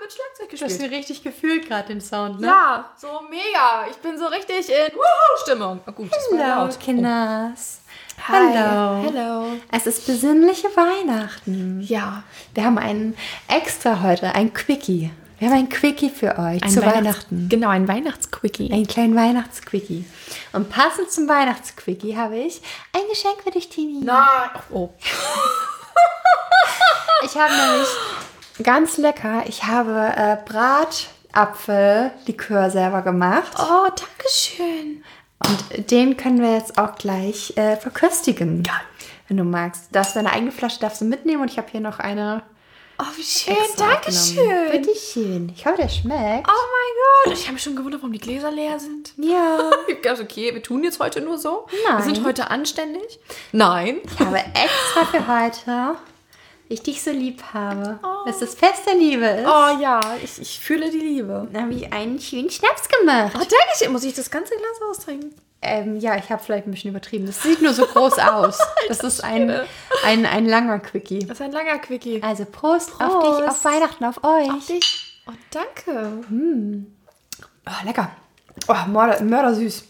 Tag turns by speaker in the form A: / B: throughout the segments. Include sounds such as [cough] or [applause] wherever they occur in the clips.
A: Du hast
B: gespielt.
A: ihn richtig gefühlt gerade, den Sound, ne?
B: Ja, so mega. Ich bin so richtig in Wuhu! Stimmung. Oh, gut, das war
A: Hallo,
B: laut.
A: genau. Kinders.
B: Oh. Hi.
A: Hallo.
B: Hallo.
A: Es ist besinnliche Weihnachten.
B: Ja.
A: Wir haben einen extra heute, ein Quickie. Wir haben ein Quickie für euch zu
B: Weihnachts-
A: Weihnachten.
B: Genau, ein Weihnachtsquickie.
A: Einen kleinen Weihnachtsquickie. Und passend zum Weihnachtsquickie habe ich ein Geschenk für dich, Tini.
B: Nein. Oh.
A: Ich habe nämlich ganz lecker, ich habe äh, Bratapfellikör selber gemacht.
B: oh, danke schön.
A: Und den können wir jetzt auch gleich äh, verköstigen. Wenn du magst. Darfst deine eigene Flasche darfst du mitnehmen und ich habe hier noch eine.
B: Oh, wie schön.
A: extra
B: Danke
A: mitgenommen.
B: schön.
A: Bitte schön. Ich hoffe, der schmeckt.
B: Oh mein Gott. Ich habe mich schon gewundert, warum die Gläser leer sind.
A: Ja.
B: [laughs] Ich dachte, okay, wir tun jetzt heute nur so.
A: Nein.
B: Wir sind heute anständig. Nein.
A: Ich habe extra für heute, wie ich dich so lieb habe, dass das Fest der Liebe ist,
B: [laughs] Oh ja, ich, ich fühle die Liebe.
A: habe ich einen schönen Schnaps gemacht.
B: Oh, danke schön. Muss ich das ganze Glas austrinken?
A: Ähm, ja, ich habe vielleicht ein bisschen übertrieben. Das sieht nur so [laughs] groß aus. Das ist ein, ein, ein langer Quickie.
B: Das ist ein langer Quickie.
A: Also Prost, auf dich, auf
B: Prost.
A: Weihnachten, auf euch.
B: dich. Oh, danke.
A: Oh, lecker. Oh, Mörder, mördersüß.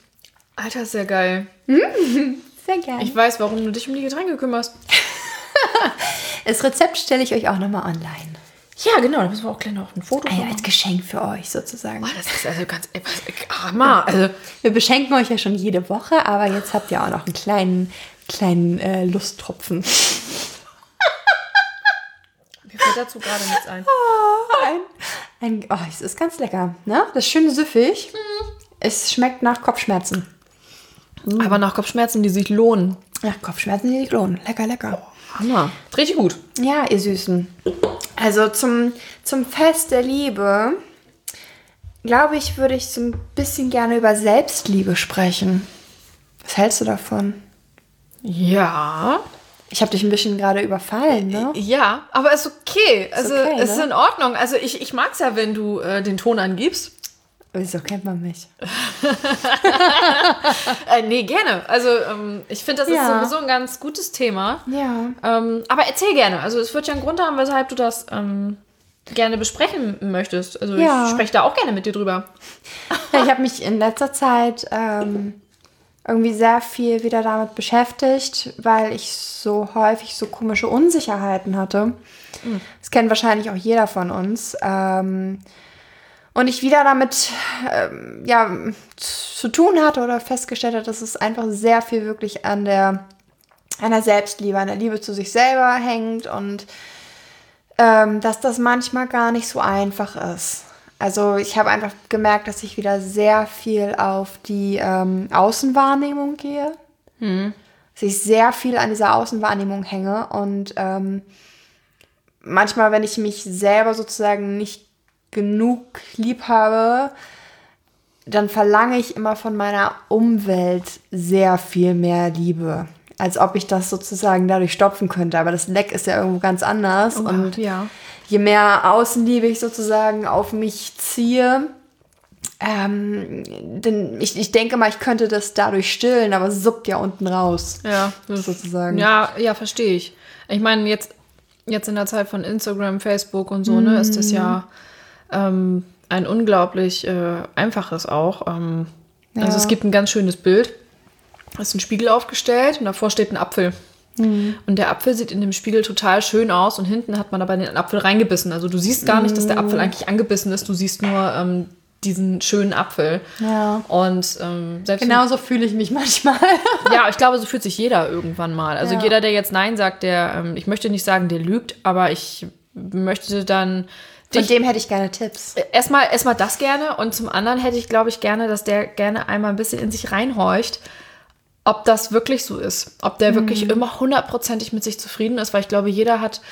B: Alter, ist ja geil.
A: Sehr gerne.
B: Ich weiß, warum du dich um die Getränke kümmerst.
A: Das Rezept stelle ich euch auch nochmal online.
B: Ja, genau. Da müssen wir auch gleich noch ein Foto
A: Also als Geschenk für euch sozusagen.
B: Oh, das ist also ganz... ey, was- Hammer. Also,
A: Wir beschenken euch ja schon jede Woche, aber jetzt habt ihr auch noch einen kleinen, kleinen äh, Lusttropfen.
B: mir fällt dazu gerade nichts ein.
A: Oh. [laughs] Ein, ein, oh, es ist ganz lecker. Ne? Das ist schön süffig. Es schmeckt nach Kopfschmerzen.
B: [laughs] Aber nach Kopfschmerzen, die sich lohnen.
A: Nach Kopfschmerzen, die sich lohnen. Lecker, lecker.
B: Hammer. Ist richtig gut.
A: Ja, ihr Süßen. Also zum, zum Fest der Liebe, glaube ich, würde ich so ein bisschen gerne über Selbstliebe sprechen. Was hältst du davon?
B: Ja.
A: Ich habe dich ein bisschen gerade überfallen, ne?
B: Ja, aber ist okay. Also,
A: okay,
B: es ist
A: ne?
B: in Ordnung. Also, ich, ich mag's ja, wenn du äh, den Ton angibst.
A: Wieso kennt man mich?
B: Äh, nee, gerne. Also ähm, ich finde, das ist
A: Ja.
B: sowieso ein ganz gutes Thema.
A: Ja.
B: Ähm, aber erzähl gerne. Also es wird ja einen Grund haben, weshalb du das ähm, gerne besprechen möchtest. Also
A: Ja.
B: ich spreche da auch gerne mit dir drüber.
A: Ja, ich habe mich in letzter Zeit ähm, irgendwie sehr viel wieder damit beschäftigt, weil ich so häufig so komische Unsicherheiten hatte. Das kennt wahrscheinlich auch jeder von uns. Ähm, und ich wieder damit ähm, ja, zu tun hatte oder festgestellt hat, dass es einfach sehr viel wirklich an der, an der Selbstliebe, an der Liebe zu sich selber hängt und ähm, dass das manchmal gar nicht so einfach ist. Also ich habe einfach gemerkt, dass ich wieder sehr viel auf die ähm, Außenwahrnehmung gehe. Dass ich sehr viel an dieser Außenwahrnehmung hänge und ähm, manchmal, wenn ich mich selber sozusagen nicht genug lieb habe, dann verlange ich immer von meiner Umwelt sehr viel mehr Liebe. Als ob ich das sozusagen dadurch stopfen könnte. Aber das Leck ist ja irgendwo ganz anders. und
B: Oh, ja.
A: je mehr Außenliebe ich sozusagen auf mich ziehe, ähm, denn ich, ich denke mal, ich könnte das dadurch stillen, aber es suppt ja unten raus.
B: Ja, das-
A: Sozusagen.
B: Ja, ja, verstehe ich. Ich meine, jetzt, jetzt in der Zeit von Instagram, Facebook und so, ne, ist das ja
A: Mhm.
B: ähm, ein unglaublich äh, einfaches auch. Ähm, Also es gibt ein ganz schönes Bild. Da ist ein Spiegel aufgestellt und davor steht ein Apfel.
A: Mhm.
B: Und der Apfel sieht in dem Spiegel total schön aus und hinten hat man aber den Apfel reingebissen. Also du siehst gar nicht, dass der
A: Mhm.
B: Apfel eigentlich angebissen ist, du siehst nur ähm, diesen schönen Apfel.
A: Ja. Genau,
B: Und ähm, selbst wenn-
A: Genauso fühle ich mich manchmal.
B: ja, ich glaube, so fühlt sich jeder irgendwann mal. Also
A: Ja.
B: jeder, der jetzt Nein sagt, der, ähm, ich möchte nicht sagen, der lügt, aber ich möchte dann
A: Von
B: dich
A: [laughs] dem hätte ich gerne Tipps.
B: erstmal erstmal das gerne und zum anderen hätte ich, glaube ich, gerne, dass der gerne einmal ein bisschen in sich reinhorcht, ob das wirklich so ist, ob der wirklich immer hundertprozentig mit sich zufrieden ist, weil ich glaube, jeder hat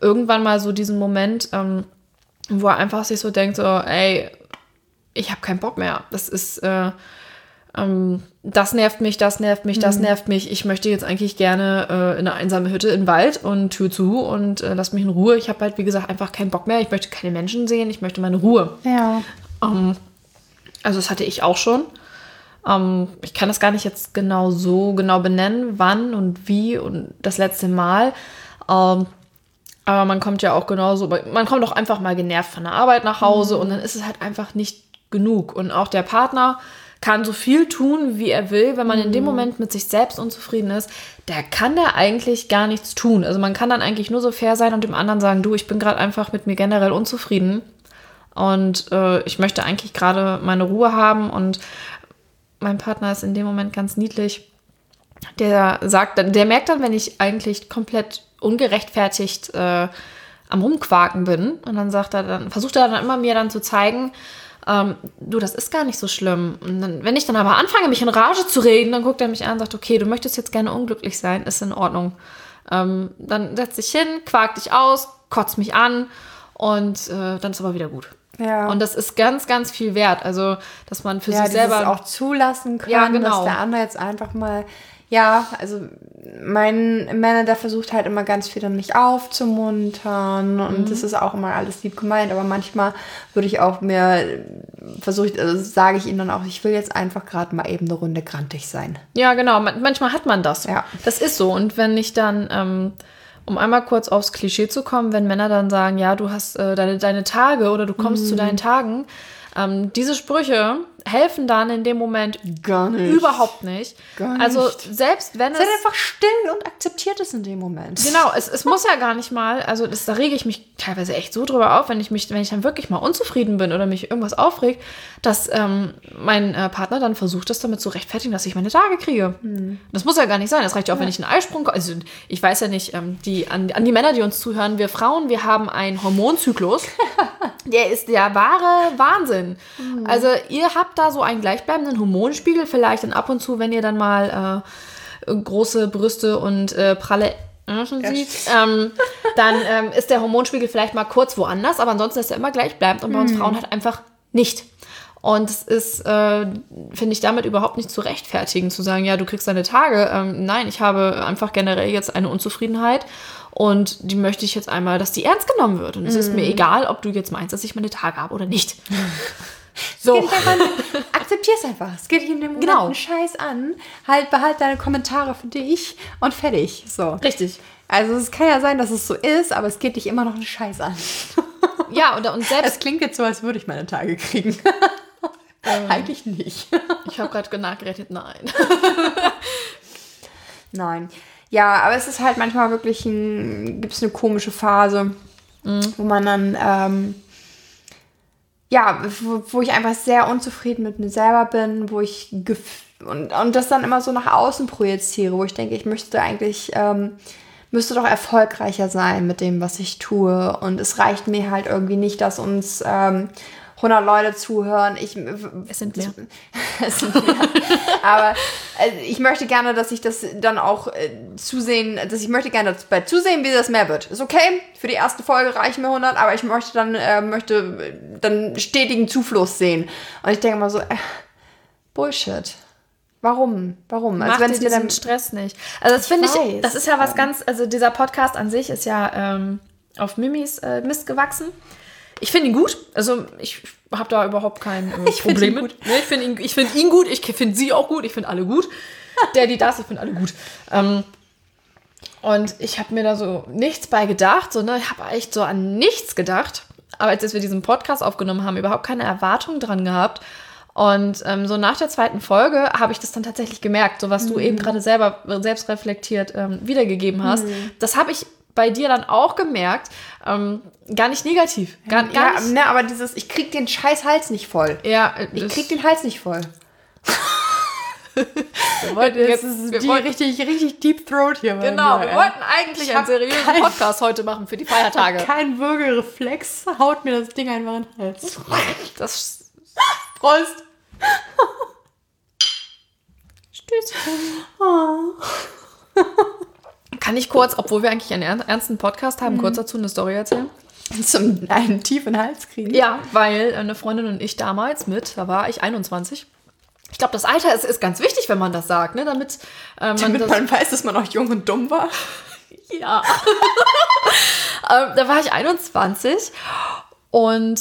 B: irgendwann mal so diesen Moment, ähm, wo er einfach sich so denkt, so, ey, ich habe keinen Bock mehr. Das ist, äh, ähm, das nervt mich, das nervt mich, das nervt mich. Ich möchte jetzt eigentlich gerne äh, in eine einsame Hütte im Wald und Tür zu und äh, lass mich in Ruhe. Ich habe halt, wie gesagt, einfach keinen Bock mehr. Ich möchte keine Menschen sehen, ich möchte meine Ruhe.
A: Ja.
B: Ähm, also das hatte ich auch schon. Ähm, ich kann das gar nicht jetzt genau so genau benennen, wann und wie und das letzte Mal. Ähm, Aber man kommt ja auch genauso, man kommt auch einfach mal genervt von der Arbeit nach Hause und dann ist es halt einfach nicht genug. Und auch der Partner kann so viel tun, wie er will, wenn man in dem Moment mit sich selbst unzufrieden ist, der kann da eigentlich gar nichts tun. Also man kann dann eigentlich nur so fair sein und dem anderen sagen, du, ich bin gerade einfach mit mir generell unzufrieden und äh, ich möchte eigentlich gerade meine Ruhe haben und mein Partner ist in dem Moment ganz niedlich. Der sagt dann, der merkt dann, wenn ich eigentlich komplett ungerechtfertigt äh, am Rumquaken bin. Und dann sagt er dann, versucht er dann immer mir dann zu zeigen, ähm, du, das ist gar nicht so schlimm. Und dann, wenn ich dann aber anfange, mich in Rage zu reden, dann guckt er mich an und sagt, okay, du möchtest jetzt gerne unglücklich sein, ist in Ordnung. Ähm, dann setz dich hin, quakt dich aus, kotzt mich an und äh, dann ist aber wieder gut.
A: Ja.
B: Und das ist ganz, ganz viel wert. Also, dass man für
A: ja,
B: sich
A: dieses
B: selber.
A: auch zulassen können,
B: Ja, genau.
A: dass der andere jetzt einfach mal, ja, also mein Manager versucht halt immer ganz viel, dann mich aufzumuntern und das ist auch immer alles lieb gemeint, aber manchmal würde ich auch mir versuche, also sage ich ihm dann auch, ich will jetzt einfach gerade mal eben eine Runde grantig sein.
B: Ja, genau. Man, manchmal hat man das.
A: Ja.
B: Das ist so. Und wenn ich dann, ähm, um einmal kurz aufs Klischee zu kommen, wenn Männer dann sagen, ja, du hast äh, deine, deine Tage oder du kommst zu
A: Mhm.
B: deinen Tagen, ähm, diese Sprüche helfen dann in dem Moment
A: Gar nicht.
B: überhaupt nicht.
A: Gar
B: Also
A: nicht.
B: selbst wenn es.
A: Seid einfach still und akzeptiert es in dem Moment.
B: Genau, es, es muss ja gar nicht mal, also das, da rege ich mich teilweise echt so drüber auf, wenn ich mich, wenn ich dann wirklich mal unzufrieden bin oder mich irgendwas aufregt, dass ähm, mein äh, Partner dann versucht, das damit zu rechtfertigen, dass ich meine Tage kriege. Das muss ja gar nicht sein. Das reicht ja auch, wenn ich einen Eisprung, also ich weiß ja nicht, ähm, die, an, an die Männer, die uns zuhören, wir Frauen, wir haben einen Hormonzyklus. Der ist der wahre Wahnsinn. Also ihr habt da so einen gleichbleibenden Hormonspiegel vielleicht und ab und zu, wenn ihr dann mal äh, große Brüste und äh, pralle Ärmchen sieht, ähm, dann ähm, ist der Hormonspiegel vielleicht mal kurz woanders, aber ansonsten ist er immer gleichbleibend und bei uns Frauen halt einfach nicht. Und es ist, äh, finde ich, damit überhaupt nicht zu rechtfertigen, zu sagen, ja, du kriegst deine Tage. Ähm, nein, ich habe einfach generell jetzt eine Unzufriedenheit und die möchte ich jetzt einmal, dass die ernst genommen wird. Und es ist mir egal, ob du jetzt meinst, dass ich meine Tage habe oder [laughs] nicht. So.
A: Geht dich einfach nicht- Akzeptier's einfach. Es geht dich in dem Moment
B: Genau.
A: einen Scheiß an. Halt, behalt deine Kommentare für dich und fertig. So.
B: Richtig.
A: Also es kann ja sein, dass es so ist, aber es geht dich immer noch einen Scheiß an.
B: Ja, und, und selbst
A: Es klingt jetzt so, als würde ich meine Tage [laughs] kriegen. Eigentlich nicht.
B: Ich habe gerade nachgerechnet, nein.
A: Nein. Ja, aber es ist halt manchmal wirklich ein, gibt es eine komische Phase, wo man dann, ähm, ja, wo, wo ich einfach sehr unzufrieden mit mir selber bin, wo ich gef und, und das dann immer so nach außen projiziere, wo ich denke, ich möchte eigentlich, ähm, müsste doch erfolgreicher sein mit dem, was ich tue. Und es reicht mir halt irgendwie nicht, dass uns ähm, 100 Leute zuhören. Ich,
B: Es sind mehr.
A: es sind mehr. Aber äh, ich möchte gerne, dass ich das dann auch äh, zusehen, dass ich möchte gerne bei zusehen, wie das mehr wird. Ist okay, für die erste Folge reichen mir 100, aber ich möchte dann, äh, möchte äh, dann stetigen Zufluss sehen. Und ich denke mal so, äh, Bullshit. Warum? Warum? Also,
B: Mach dir
A: wenn's
B: diesen Stress nicht. Also das finde ich,
A: weiß.
B: das ist ja was ganz, also dieser Podcast an sich ist ja ähm, auf Mimis äh, Mist gewachsen. Ich finde ihn gut. Also ich habe da überhaupt kein äh,
A: Ich find
B: Problem
A: ihn
B: mit. Ne, ich finde ihn, ich find ihn gut, ich finde sie auch gut, ich finde alle gut. Der, die das, ich finde alle gut. Ähm, und ich habe mir da so nichts bei gedacht, so, ne? ich habe echt so an nichts gedacht. Aber als jetzt wir diesen Podcast aufgenommen haben, überhaupt keine Erwartung dran gehabt. Und ähm, so nach der zweiten Folge habe ich das dann tatsächlich gemerkt, so
A: Mhm.
B: was du eben gerade selber selbst reflektiert ähm, wiedergegeben hast.
A: Mhm.
B: Das habe ich bei dir dann auch gemerkt. Ähm, gar nicht negativ. Gar, gar
A: ja,
B: nicht.
A: ne, aber dieses, ich krieg den scheiß Hals nicht voll.
B: Ja,
A: Ich
B: das-
A: krieg den Hals nicht [laughs] voll.
B: wir wollten jetzt- wir wollten-
A: richtig, richtig Deep Throat hier. bei
B: Genau,
A: mir,
B: wir
A: ey.
B: wollten eigentlich einen
A: hab
B: seriösen
A: kein-
B: Podcast heute machen für die Feiertage.
A: [laughs] Kein Würgereflex haut mir das Ding einfach in den Hals.
B: Das
A: Prost!
B: Stößchen. Kann ich kurz, obwohl wir eigentlich einen ern- ernsten Podcast haben,
A: Mhm.
B: kurz dazu eine Story erzählen?
A: Zum einen tiefen Hals kriegen.
B: Ja, weil eine Freundin und ich damals mit, da war ich 21. Ich glaube, das Alter ist, ist ganz wichtig, wenn man das sagt, ne? damit äh, man
A: Damit
B: das
A: man weiß, dass man auch jung und dumm war.
B: Ja. ähm, da war ich 21 und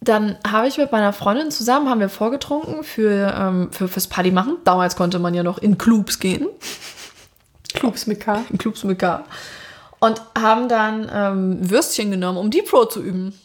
B: dann habe ich mit meiner Freundin zusammen, haben wir vorgetrunken für, ähm, für, fürs Party machen. Damals konnte man ja noch in Clubs gehen.
A: Clubs mit K.
B: In Clubs mit K. und haben dann ähm, Würstchen genommen, um Deep Row zu üben.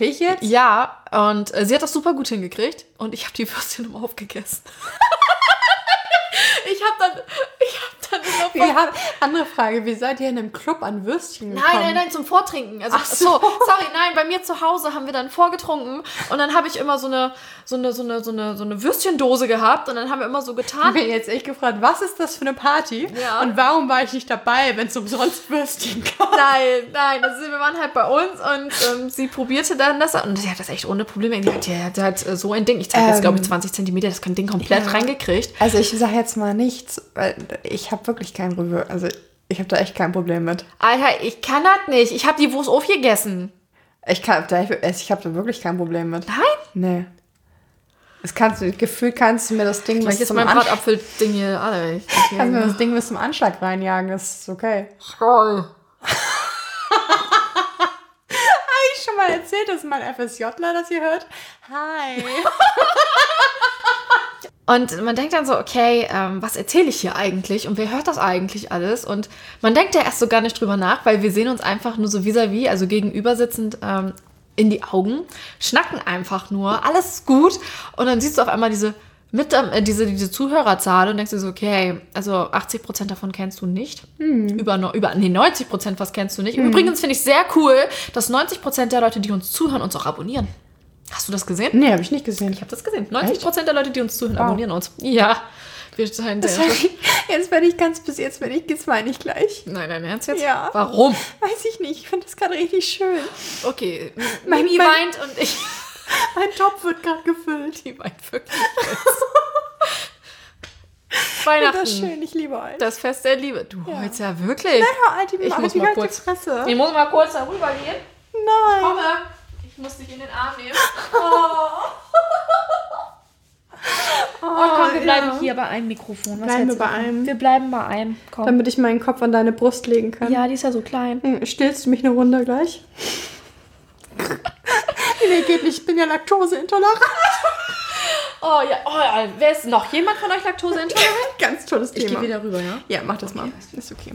A: Ehrlich jetzt?
B: Ja, und äh, sie hat das super gut hingekriegt und ich habe die Würstchen immer aufgegessen. [laughs] ich habe dann, ich hab dann immer voll-
A: Ja, andere Frage. Wie seid ihr in einem Club an Würstchen gekommen?
B: Nein, nein, nein, zum Vortrinken. Also,
A: Ach
B: Ach
A: so.
B: so. sorry, nein, bei mir zu Hause haben wir dann vorgetrunken und dann habe ich immer so eine, so eine, so eine, so eine, so eine Würstchendose gehabt und dann haben wir immer so
A: Ich
B: getan.
A: bin jetzt echt gefragt, was ist das für eine Party?
B: Ja.
A: Und warum war ich nicht dabei, wenn es umsonst Würstchen gab?
B: [laughs] Nein, nein, also wir waren halt bei uns und ähm, sie probierte dann das und sie hat das echt ohne Probleme. Die hat, die hat, die hat äh, so ein Ding, ich zeige jetzt
A: Ähm.
B: glaube ich 20 Zentimeter, das kann Ding komplett reingekriegt.
A: Also ich sage jetzt mal nichts, weil ich habe wirklich kein Revue. Also ich habe da echt kein Problem mit.
B: Alter, ich kann das nicht. Ich habe die Wurst aufgegessen.
A: Ich, kann- da- also ich habe da wirklich kein Problem mit.
B: Nein?
A: Nee. Das kannst du, gefühlt kannst du mir das Ding,
B: Ich
A: bis
B: jetzt
A: zum,
B: mein
A: Ansch
B: Bratapfel-Ding hier. Alter, ich,
A: kannst du mir das Ding bis zum Anschlag reinjagen, das ist okay.
B: Scroll.
A: ich schon mal erzählt, dass mein FSJler das hier hört? Hi.
B: Und man denkt dann so, okay, ähm, was erzähle ich hier eigentlich und wer hört das eigentlich alles? Und man denkt ja erst so gar nicht drüber nach, weil wir sehen uns einfach nur so vis-à-vis, also gegenüber sitzend ähm, in die Augen, schnacken einfach nur, alles ist gut. Und dann siehst du auf einmal diese, mit, äh, diese, diese Zuhörerzahl und denkst dir so, okay, also 80 Prozent davon kennst du nicht. Über, neu- über, nee, 90 Prozent was kennst du nicht. Übrigens finde ich sehr cool, dass 90 Prozent der Leute, die uns zuhören, uns auch abonnieren. Hast du das gesehen?
A: [laughs] Nee, habe ich nicht gesehen. [laughs]
B: Ich habe das gesehen. 90 Prozent der Leute, die uns zuhören, abonnieren uns. Ja, wir seien
A: Das
B: sehr.
A: hab ich- jetzt werde ich ganz bis jetzt, wenn ich jetzt meine ich gleich.
B: Nein, nein, ernst jetzt?
A: Ja.
B: Warum?
A: Weiß ich nicht, ich finde das gerade richtig schön.
B: Okay, M-
A: Mein-
B: Mimi
A: mein-
B: weint und [laughs] ich.
A: Mein Topf wird gerade gefüllt.
B: Die weint wirklich.
A: [laughs]
B: jetzt. Weihnachten.
A: Das
B: Das,
A: ist schön, ich liebe euch.
B: Fest der Liebe. Du heulst ja wirklich.
A: Hör Alti,
B: Ich
A: Alti,
B: muss mal
A: halt die
B: kurz-
A: Fresse.
B: Ich muss mal kurz darüber gehen.
A: Nein.
B: Komme. Ich muss dich in den Arm nehmen.
A: Oh,
B: Komm, wir bleiben
A: ja.
B: hier bei einem Mikrofon. Was
A: Bleiben wir
B: hältst du
A: bei
B: davon?
A: einem.
B: Wir bleiben bei einem. Komm.
A: Damit ich meinen Kopf an deine Brust legen kann.
B: ja, die ist ja so klein.
A: Hm, Stillst du mich eine Runde gleich? [laughs] nee, geht nicht. Ich bin ja laktoseintolerant.
B: Oh ja, oh, ja. wer ist noch? Jemand von euch Laktoseintolerant?
A: [laughs] Ganz tolles
B: Ich
A: Thema.
B: gehe wieder rüber, ja?
A: Ja, mach das mal. Ist okay.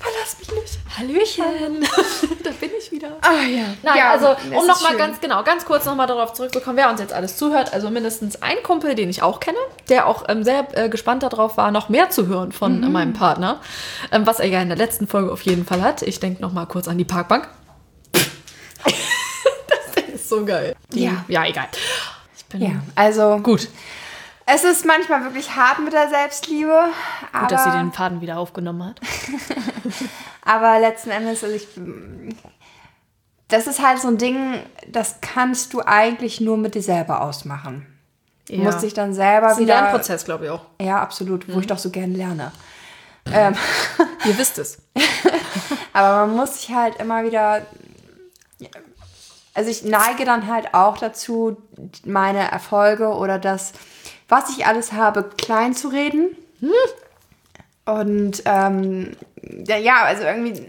A: Verlass mich nicht.
B: Hallöchen, [laughs] da bin ich wieder.
A: Ah ja.
B: Nein,
A: ja,
B: also
A: es
B: um
A: ist
B: nochmal
A: schön.
B: ganz genau, ganz kurz nochmal darauf zurückzukommen, wer uns jetzt alles zuhört, also mindestens ein Kumpel, den ich auch kenne, der auch ähm, sehr äh, gespannt darauf war, noch mehr zu hören von
A: Mhm.
B: äh, meinem Partner, ähm, was er ja in der letzten Folge auf jeden Fall hat. Ich denke nochmal kurz an die Parkbank. [laughs] das Ding ist so geil.
A: Ja.
B: Ja, egal. Ich bin
A: Ja, also
B: gut, gut,
A: es ist manchmal wirklich hart mit der Selbstliebe, aber,
B: dass sie den Faden wieder aufgenommen hat.
A: aber letzten Endes, also ich, das ist halt so ein Ding, das kannst du eigentlich nur mit dir selber ausmachen. Du musst dich dann selber
B: das ist ein
A: wieder...
B: Lernprozess, Mhm. glaube ich auch.
A: Ja, absolut, wo ich doch so gerne lerne.
B: Ihr wisst es.
A: Aber man muss sich halt immer wieder. Also ich neige dann halt auch dazu, meine Erfolge oder das, was ich alles habe, klein zu reden. Und ähm, ja, ja, also irgendwie.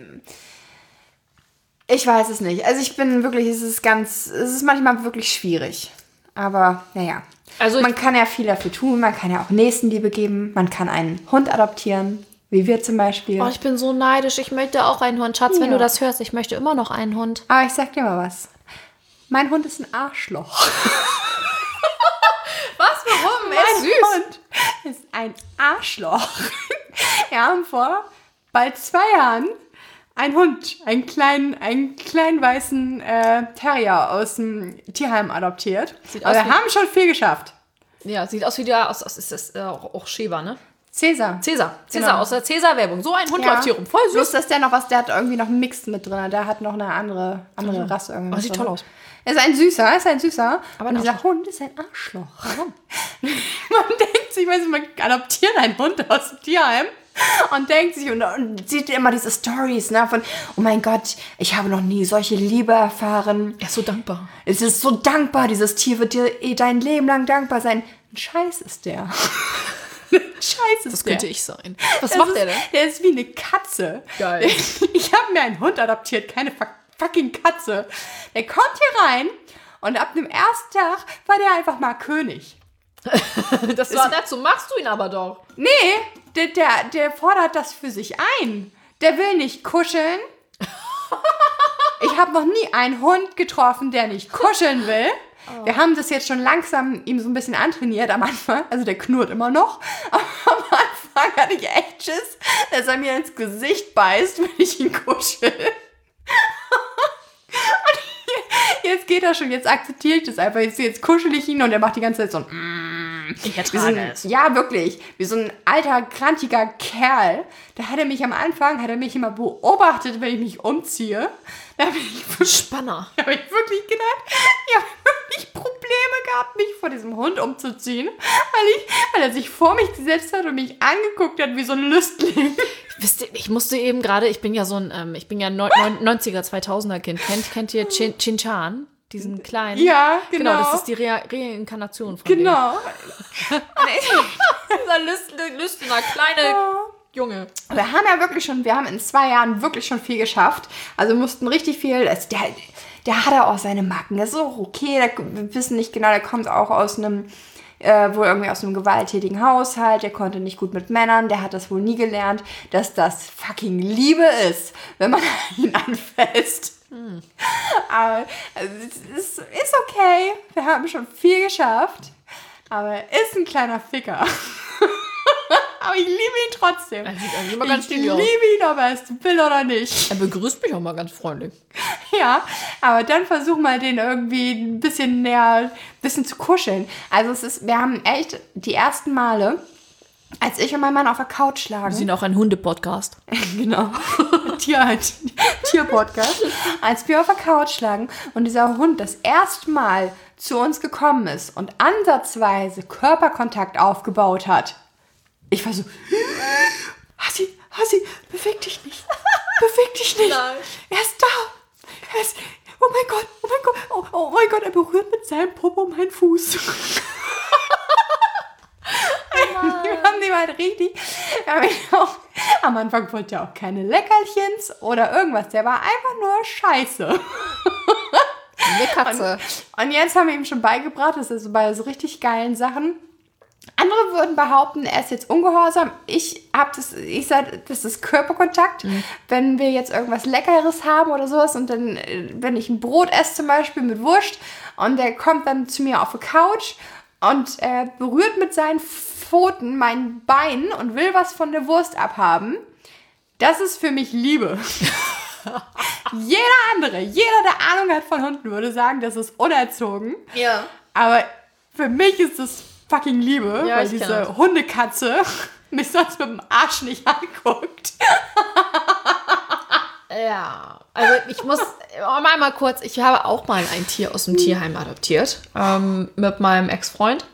A: Ich weiß es nicht. Also ich bin wirklich, es ist ganz, es ist manchmal wirklich schwierig. Aber naja.
B: Also ich-
A: man kann ja viel dafür tun, man kann ja auch Nächstenliebe geben, man kann einen Hund adoptieren, wie wir zum Beispiel.
B: Oh, ich bin so neidisch. Ich möchte auch einen Hund. Schatz, wenn du
A: Ja.
B: das hörst, ich möchte immer noch einen Hund.
A: Aber ich sag dir mal was. Mein Hund ist ein Arschloch.
B: Was? Warum? Er
A: Mein Hund ist ein Arschloch. [laughs] Wir haben vor bald zwei Jahren einen Hund, einen kleinen, einen kleinen weißen äh, Terrier aus dem Tierheim adoptiert.
B: Sieht
A: Aber
B: aus
A: wir
B: wie-
A: haben schon viel geschafft.
B: Ja, sieht aus wie der aus, aus ist das äh, auch, auch Schäber, ne?
A: Cäsar.
B: Cäsar. Cäsar
A: Genau.
B: aus der Cäsar-Werbung. So ein Hund läuft hier rum. Voll süß.
A: Bloß, dass der noch was, der hat irgendwie noch einen Mix mit drin. Der hat noch eine andere, andere Rasse irgendwie.
B: Aber
A: mit
B: Oh, sieht
A: drin.
B: toll aus.
A: Er ist ein süßer, ist ein süßer.
B: Aber
A: und
B: ein
A: dieser
B: Arschloch.
A: Hund ist ein Arschloch. Warum? [laughs] man denkt sich, weißt du, man adoptiert einen Hund aus dem Tierheim und denkt sich und, und sieht immer diese Stories, ne, von, oh mein Gott, ich habe noch nie solche Liebe erfahren.
B: Er ist so dankbar.
A: Es ist so dankbar, dieses Tier wird dir eh dein Leben lang dankbar sein. Ein Scheiß ist der. [laughs] Ein Scheiß ist
B: Das
A: der.
B: könnte ich sein. Was
A: Das
B: macht
A: ist,
B: er [laughs] denn?
A: Der ist wie eine Katze.
B: Geil.
A: [laughs] Ich habe mir einen Hund adoptiert, keine fuck- fucking Katze. Der kommt hier rein und ab dem ersten Tag war der einfach mal König.
B: Das war dazu machst du ihn aber doch.
A: Nee, der, der, der fordert das für sich ein. Der will nicht kuscheln. Ich habe noch nie einen Hund getroffen, der nicht kuscheln will. Wir haben das jetzt schon langsam ihm so ein bisschen antrainiert am Anfang. Also der knurrt immer noch. [laughs] Aber am Anfang hatte ich echt Schiss, dass er mir ins Gesicht beißt, wenn ich ihn kuschel. [laughs] Und jetzt geht er schon, jetzt akzeptiere ich das einfach. Jetzt, jetzt kuschel ich ihn und er macht die ganze Zeit so ein
B: Ich
A: wie so ein, ja, wirklich. Wie so ein alter, krantiger Kerl. Da hat er mich am Anfang, hat er mich immer beobachtet, wenn ich mich umziehe. Da habe ich, [laughs]
B: Spanner.
A: da hab ich wirklich gedacht, ich habe wirklich Probleme gehabt, mich vor diesem Hund umzuziehen. Weil, ich, weil er sich vor mich gesetzt hat und mich angeguckt hat wie so ein Lüstling. [laughs]
B: Wisst ihr, ich musste eben gerade, ich bin ja so ein, ähm, ich bin ja ein neun- neun- 90er, 2000er Kind. Kennt, kennt ihr Chin- Chin-Chan? Diesen kleinen.
A: Ja, genau.
B: das ist die Re Reinkarnation von
A: Genau.
B: dem. Dieser lüsterne, kleine Junge.
A: Wir haben ja wirklich schon, wir haben in zwei Jahren wirklich schon viel geschafft. Also mussten richtig viel. Also der, der hat ja auch seine Macken. Das ist auch okay. Der, wir wissen nicht genau, der kommt auch aus einem, äh, wohl irgendwie aus einem gewalttätigen Haushalt. Der konnte nicht gut mit Männern. Der hat das wohl nie gelernt, dass das fucking Liebe ist, wenn man [laughs] ihn anfasst. Aber also, es ist, ist okay. Wir haben schon viel geschafft. Aber er ist ein kleiner Ficker. [laughs] aber ich liebe ihn trotzdem.
B: Er sieht eigentlich immer ganz
A: ich
B: still
A: liebe
B: aus.
A: ihn, ob er es will oder nicht. [laughs]
B: Er begrüßt mich auch mal ganz freundlich.
A: Ja, aber dann versuch mal, den irgendwie ein bisschen näher, ein bisschen zu kuscheln. Also es ist, wir haben echt die ersten Male, als ich und mein Mann auf der Couch lagen.
B: Sie sind auch ein Hunde-Podcast.
A: [laughs] Genau. Tier halt. Tierpodcast. Als wir auf der Couch lagen und dieser Hund das erste Mal zu uns gekommen ist und ansatzweise Körperkontakt aufgebaut hat. Ich war so, Hassi, Hassi, beweg dich nicht. Beweg dich nicht.
B: Nein.
A: Er ist da. Er ist, oh mein Gott, oh mein Gott, oh, oh mein Gott, er berührt mit seinem Popo meinen Fuß. [laughs] Wir haben die halt richtig. wir haben ihn Auch, am Anfang wollte er auch keine Leckerchens oder irgendwas. Der war einfach nur scheiße.
B: Eine Katze.
A: Und jetzt haben wir ihm schon beigebracht, dass er so bei so richtig geilen Sachen. Andere würden behaupten, er ist jetzt ungehorsam. Ich hab das, ich sag, das ist Körperkontakt. Wenn wir jetzt irgendwas Leckeres haben oder sowas und dann, äh, wenn ich ein Brot esse zum Beispiel mit Wurst und der kommt dann zu mir auf die Couch und äh, berührt mit seinen Pfoten mein Bein und will was von der Wurst abhaben, das ist für mich Liebe. jeder andere, jeder, der Ahnung hat von Hunden, würde sagen, das ist unerzogen.
B: Ja.
A: Aber für mich ist das fucking Liebe,
B: Ja,
A: weil
B: ich kenn
A: diese
B: das.
A: Hundekatze [laughs] mich sonst mit dem Arsch nicht [laughs] anguckt.
B: Ja, also ich muss oh, mal, mal kurz, ich habe auch mal ein Tier aus dem Tierheim adoptiert ähm, mit meinem Ex-Freund,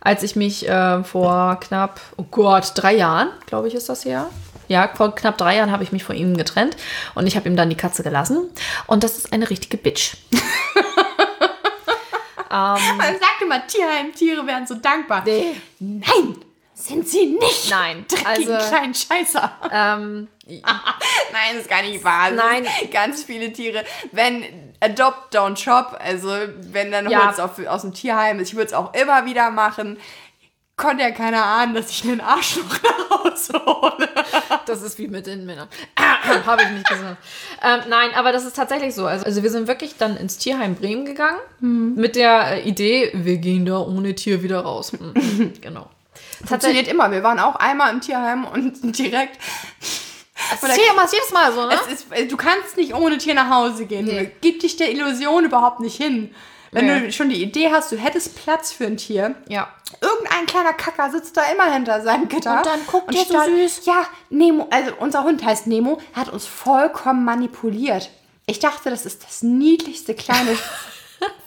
B: als ich mich äh, vor knapp, oh Gott, drei Jahren, glaube ich, ist das her. Ja, vor knapp drei Jahren habe ich mich von ihm getrennt und ich habe ihm dann die Katze gelassen. Und das ist eine richtige Bitch. Ähm,
A: Man sagt immer, Tierheimtiere wären so dankbar.
B: Nee.
A: Nein, sind sie nicht.
B: Nein,
A: Also,
B: also
A: kleinen Scheißer.
B: ähm,
A: [laughs] Nein, das ist gar nicht wahr.
B: Nein.
A: Das ist Ganz viele Tiere. Wenn adopt, don't shop, also wenn dann
B: Ja.
A: holt's auf, aus dem Tierheim ist, ich würde es auch immer wieder machen. Konnte ja keiner ahnen, dass ich einen Arschloch [laughs] nach Hause hole.
B: Das ist wie mit den Männern. Habe ich nicht gesagt. Ähm, nein, aber das ist tatsächlich so. Also, also wir sind wirklich dann ins Tierheim Bremen gegangen
A: Mhm.
B: mit der äh, Idee, wir gehen da ohne Tier wieder raus.
A: [laughs]
B: Mhm, genau. Tatsächlich.
A: Funktioniert immer. Wir waren auch einmal im Tierheim und [laughs] direkt
B: Das Tier macht jedes Mal so, ne?
A: Es ist, äh, du kannst nicht ohne Tier nach Hause gehen.
B: Nee.
A: Gib dich der Illusion überhaupt nicht hin. Wenn
B: Nee.
A: du schon die Idee hast, du hättest Platz für ein Tier.
B: Ja.
A: Irgendein kleiner Kacker sitzt da immer hinter seinem Gitter.
B: Und dann guckt der so
A: starrt-
B: süß.
A: Ja, Nemo, also unser Hund heißt Nemo, hat uns vollkommen manipuliert. Ich dachte, das ist das
B: [laughs]
A: niedlichste kleine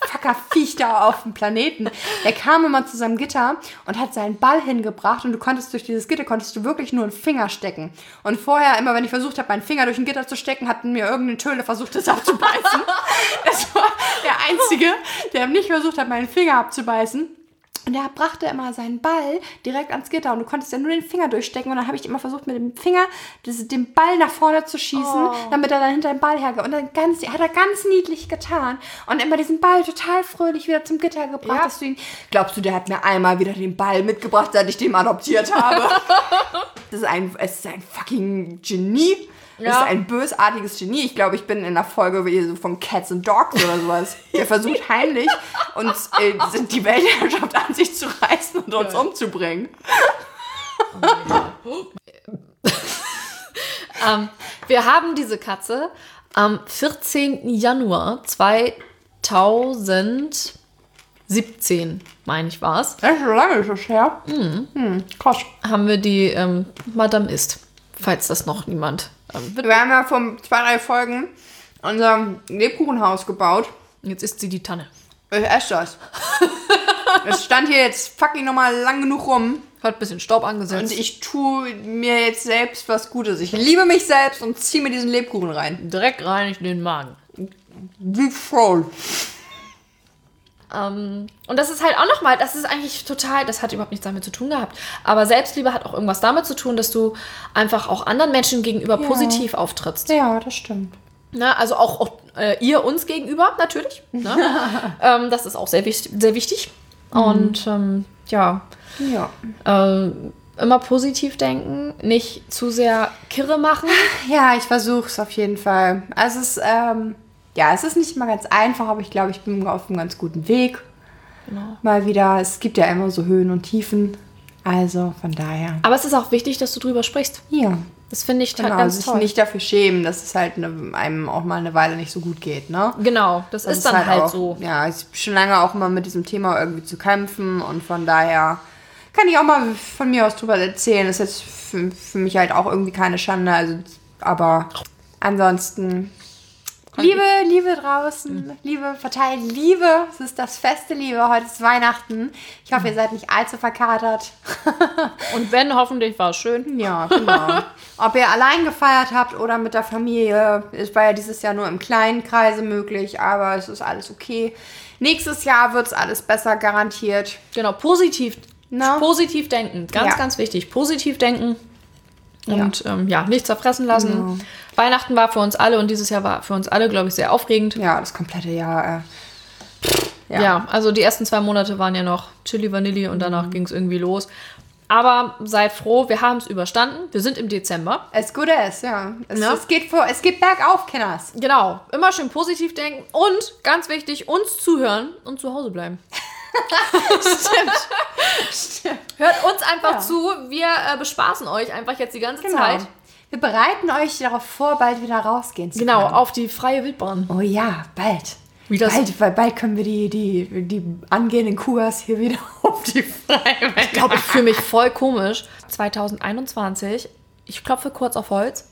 A: Fackerviech da auf dem Planeten. Der kam immer zu seinem Gitter und hat seinen Ball hingebracht und du konntest durch dieses Gitter, konntest du wirklich nur einen Finger stecken. Und vorher, immer wenn ich versucht habe, meinen Finger durch ein Gitter zu stecken, hat mir irgendeine Töle versucht, das abzubeißen. [laughs] Das war der Einzige, der nicht versucht hat, meinen Finger abzubeißen. Und er brachte immer seinen Ball direkt ans Gitter und du konntest ja nur den Finger durchstecken und dann habe ich immer versucht, mit dem Finger diese, den Ball nach vorne zu schießen, damit er dann hinter den Ball hergeht. Und dann ganz, hat er ganz niedlich getan und immer diesen Ball total fröhlich wieder zum Gitter gebracht.
B: Ja.
A: Dass du ihn, glaubst du, der hat mir einmal wieder den Ball mitgebracht, seit ich den adoptiert habe? das ist ein, es ist ein fucking Genie. Das
B: Ja.
A: ist ein bösartiges Genie. Ich glaube, ich bin in einer Folge wie so von Cats and Dogs oder sowas. Der versucht heimlich, uns äh, die Weltherrschaft an sich zu reißen und uns
B: Geil.
A: umzubringen.
B: Ähm, wir haben diese Katze am 14. Januar 2017, meine ich war es,
A: Das ist schon lange schon her.
B: Mhm.
A: Hm, krass.
B: haben wir die ähm, Madame Ist, falls das noch niemand. Ähm,
A: Wir haben ja vor zwei, drei Folgen unser Lebkuchenhaus gebaut.
B: jetzt ist sie die Tanne.
A: Ich
B: [laughs]
A: esse das. Es stand hier jetzt fucking nochmal lang genug rum.
B: Hat ein bisschen Staub
A: Und
B: angesetzt.
A: ich tue mir jetzt selbst was Gutes. Ich liebe mich selbst und ziehe mir diesen Lebkuchen rein.
B: Dreck rein in den Magen.
A: Wie voll.
B: Ähm, und das ist halt auch nochmal, das ist eigentlich total, das hat überhaupt nichts damit zu tun gehabt. Aber Selbstliebe hat auch irgendwas damit zu tun, dass du einfach auch anderen Menschen gegenüber positiv auftrittst.
A: Ja, das stimmt.
B: Ne? Also auch, auch äh, ihr uns gegenüber, natürlich. Ne?
A: [laughs]
B: ähm, das ist auch sehr, wich sehr wichtig.
A: Mhm.
B: Und ähm, ja,
A: Ja.
B: ähm, immer positiv denken, nicht zu sehr kirre machen.
A: Ja, ich versuche es auf jeden Fall. Also es ist, ähm, ja, es ist nicht immer ganz einfach, aber ich glaube, ich bin auf einem ganz guten Weg.
B: Genau.
A: Mal wieder, es gibt ja immer so Höhen und Tiefen. Also von daher.
B: Aber es ist auch wichtig, dass du drüber sprichst.
A: Ja,
B: Das finde ich
A: genau.
B: halt ganz
A: sich
B: toll.
A: nicht dafür schämen, dass es halt ne, einem auch mal eine Weile nicht so gut geht, ne?
B: genau, das,
A: Das
B: ist dann halt,
A: auch,
B: so.
A: Ja, ich hab schon lange auch immer mit diesem Thema irgendwie zu kämpfen und von daher kann ich auch mal von mir aus drüber erzählen. Ist jetzt für, für mich halt auch irgendwie keine Schande, also, aber ansonsten. Liebe, Liebe
B: Mhm.
A: draußen, Liebe, verteilt Liebe. Es ist das feste Liebe. Heute ist Weihnachten. Ich
B: Mhm.
A: hoffe, ihr seid nicht allzu verkatert.
B: Und wenn, hoffentlich war es schön.
A: Ja, genau. Ob ihr allein gefeiert habt oder mit der Familie, es war ja dieses Jahr nur im kleinen Kreise möglich, aber es ist alles okay. Nächstes Jahr wird es alles besser garantiert.
B: Genau, positiv.
A: Na?
B: Positiv denken. Ganz,
A: Ja.
B: ganz wichtig. Positiv denken. Und ja, ähm, ja nicht zerfressen lassen. Weihnachten war für uns alle und dieses Jahr war für uns alle, glaube ich, sehr aufregend.
A: Ja, das komplette Jahr. Äh,
B: Ja. also die ersten zwei Monate waren ja noch Chili Vanilli und danach ging es irgendwie los. Aber seid froh, wir haben es überstanden. Wir sind im Dezember.
A: es gut ist, ja. Es,
B: Ja.
A: es geht vor, es geht bergauf, Kinders.
B: Genau, immer schön positiv denken und ganz wichtig, uns zuhören und zu Hause [laughs] bleiben.
A: Stimmt.
B: Hört uns einfach
A: Ja.
B: zu, wir äh, bespaßen euch einfach jetzt die ganze
A: Genau.
B: Zeit.
A: Wir bereiten euch darauf vor, bald wieder rausgehen zu
B: Genau,
A: können.
B: auf die freie Wildbahn.
A: Oh ja, bald.
B: Wie das-
A: bald, weil bald können wir die, die, die angehenden Kugas hier wieder [laughs] auf die Freie
B: Ich glaube, ich fühle mich voll komisch. 2021, ich klopfe kurz auf Holz.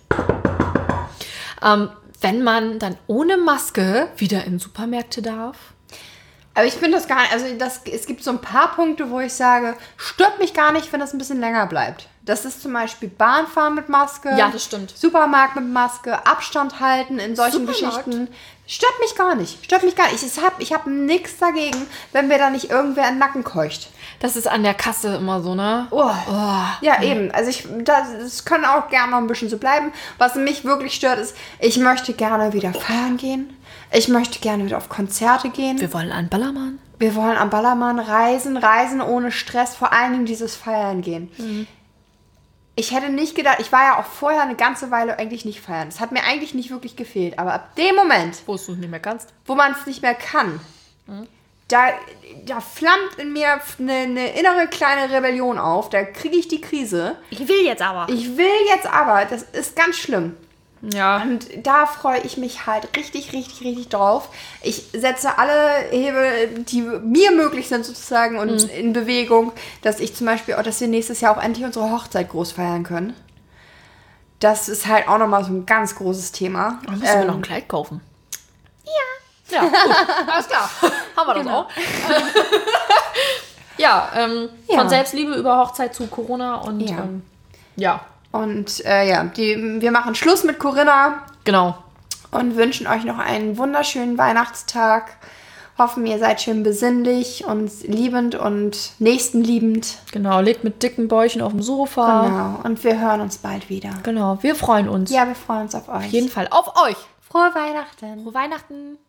B: Ähm, wenn man dann ohne Maske wieder in Supermärkte darf.
A: Aber ich finde das gar nicht, also das, es gibt so ein paar Punkte, wo ich sage, stört mich gar nicht, wenn das ein bisschen länger bleibt. Das ist zum Beispiel Bahnfahren mit Maske.
B: Ja, das stimmt.
A: Supermarkt mit Maske, Abstand halten in solchen
B: Supermarkt?
A: Geschichten. Stört mich gar nicht. Stört mich gar nicht. Ich habe ich hab nichts dagegen, wenn mir da nicht irgendwer in den Nacken keucht.
B: Das ist an der Kasse immer so, ne?
A: Ja, eben. Also ich, das, das kann auch gerne noch ein bisschen so bleiben. Was mich wirklich stört, ist, ich möchte gerne wieder feiern gehen. Ich möchte gerne wieder auf Konzerte gehen.
B: Wir wollen einen Ballermann.
A: Wir wollen am Ballermann reisen, reisen ohne Stress, vor allen Dingen dieses Feiern gehen. Ich hätte nicht gedacht, ich war ja auch vorher eine ganze Weile eigentlich nicht feiern. Es hat mir eigentlich nicht wirklich gefehlt. Aber ab dem Moment,
B: Wo du es nicht mehr kannst.
A: wo man es nicht mehr kann, da, da flammt in mir eine, eine innere kleine Rebellion auf. Da kriege ich die Krise.
B: Ich will jetzt aber.
A: Ich will jetzt aber, das ist ganz schlimm.
B: Ja.
A: Und da freue ich mich halt richtig, richtig, richtig drauf. Ich setze alle Hebel, die mir möglich sind sozusagen und
B: Mhm.
A: in Bewegung, dass ich zum Beispiel auch, dass wir nächstes Jahr auch endlich unsere Hochzeit groß feiern können. Das ist halt auch nochmal so ein ganz großes Thema.
B: Dann Oh, müssen wir
A: Ähm,
B: noch ein Kleid kaufen. Ja. Ja, gut. Alles
A: [laughs]
B: klar. Haben wir das
A: Genau.
B: auch. [laughs] ja, ähm,
A: Ja.
B: von Selbstliebe über Hochzeit zu Corona und
A: Ja.
B: ähm, ja
A: und äh, ja, die, wir machen Schluss mit Corinna
B: genau.
A: und wünschen euch noch einen wunderschönen Weihnachtstag. Hoffen, ihr seid schön besinnlich und liebend und nächstenliebend.
B: Genau, liegt mit dicken Bäuchen auf dem Sofa.
A: Genau. Und wir hören uns bald wieder.
B: Genau, wir freuen uns.
A: Ja, wir freuen uns auf euch.
B: Auf jeden Fall auf euch.
A: Frohe Weihnachten.
B: Frohe Weihnachten.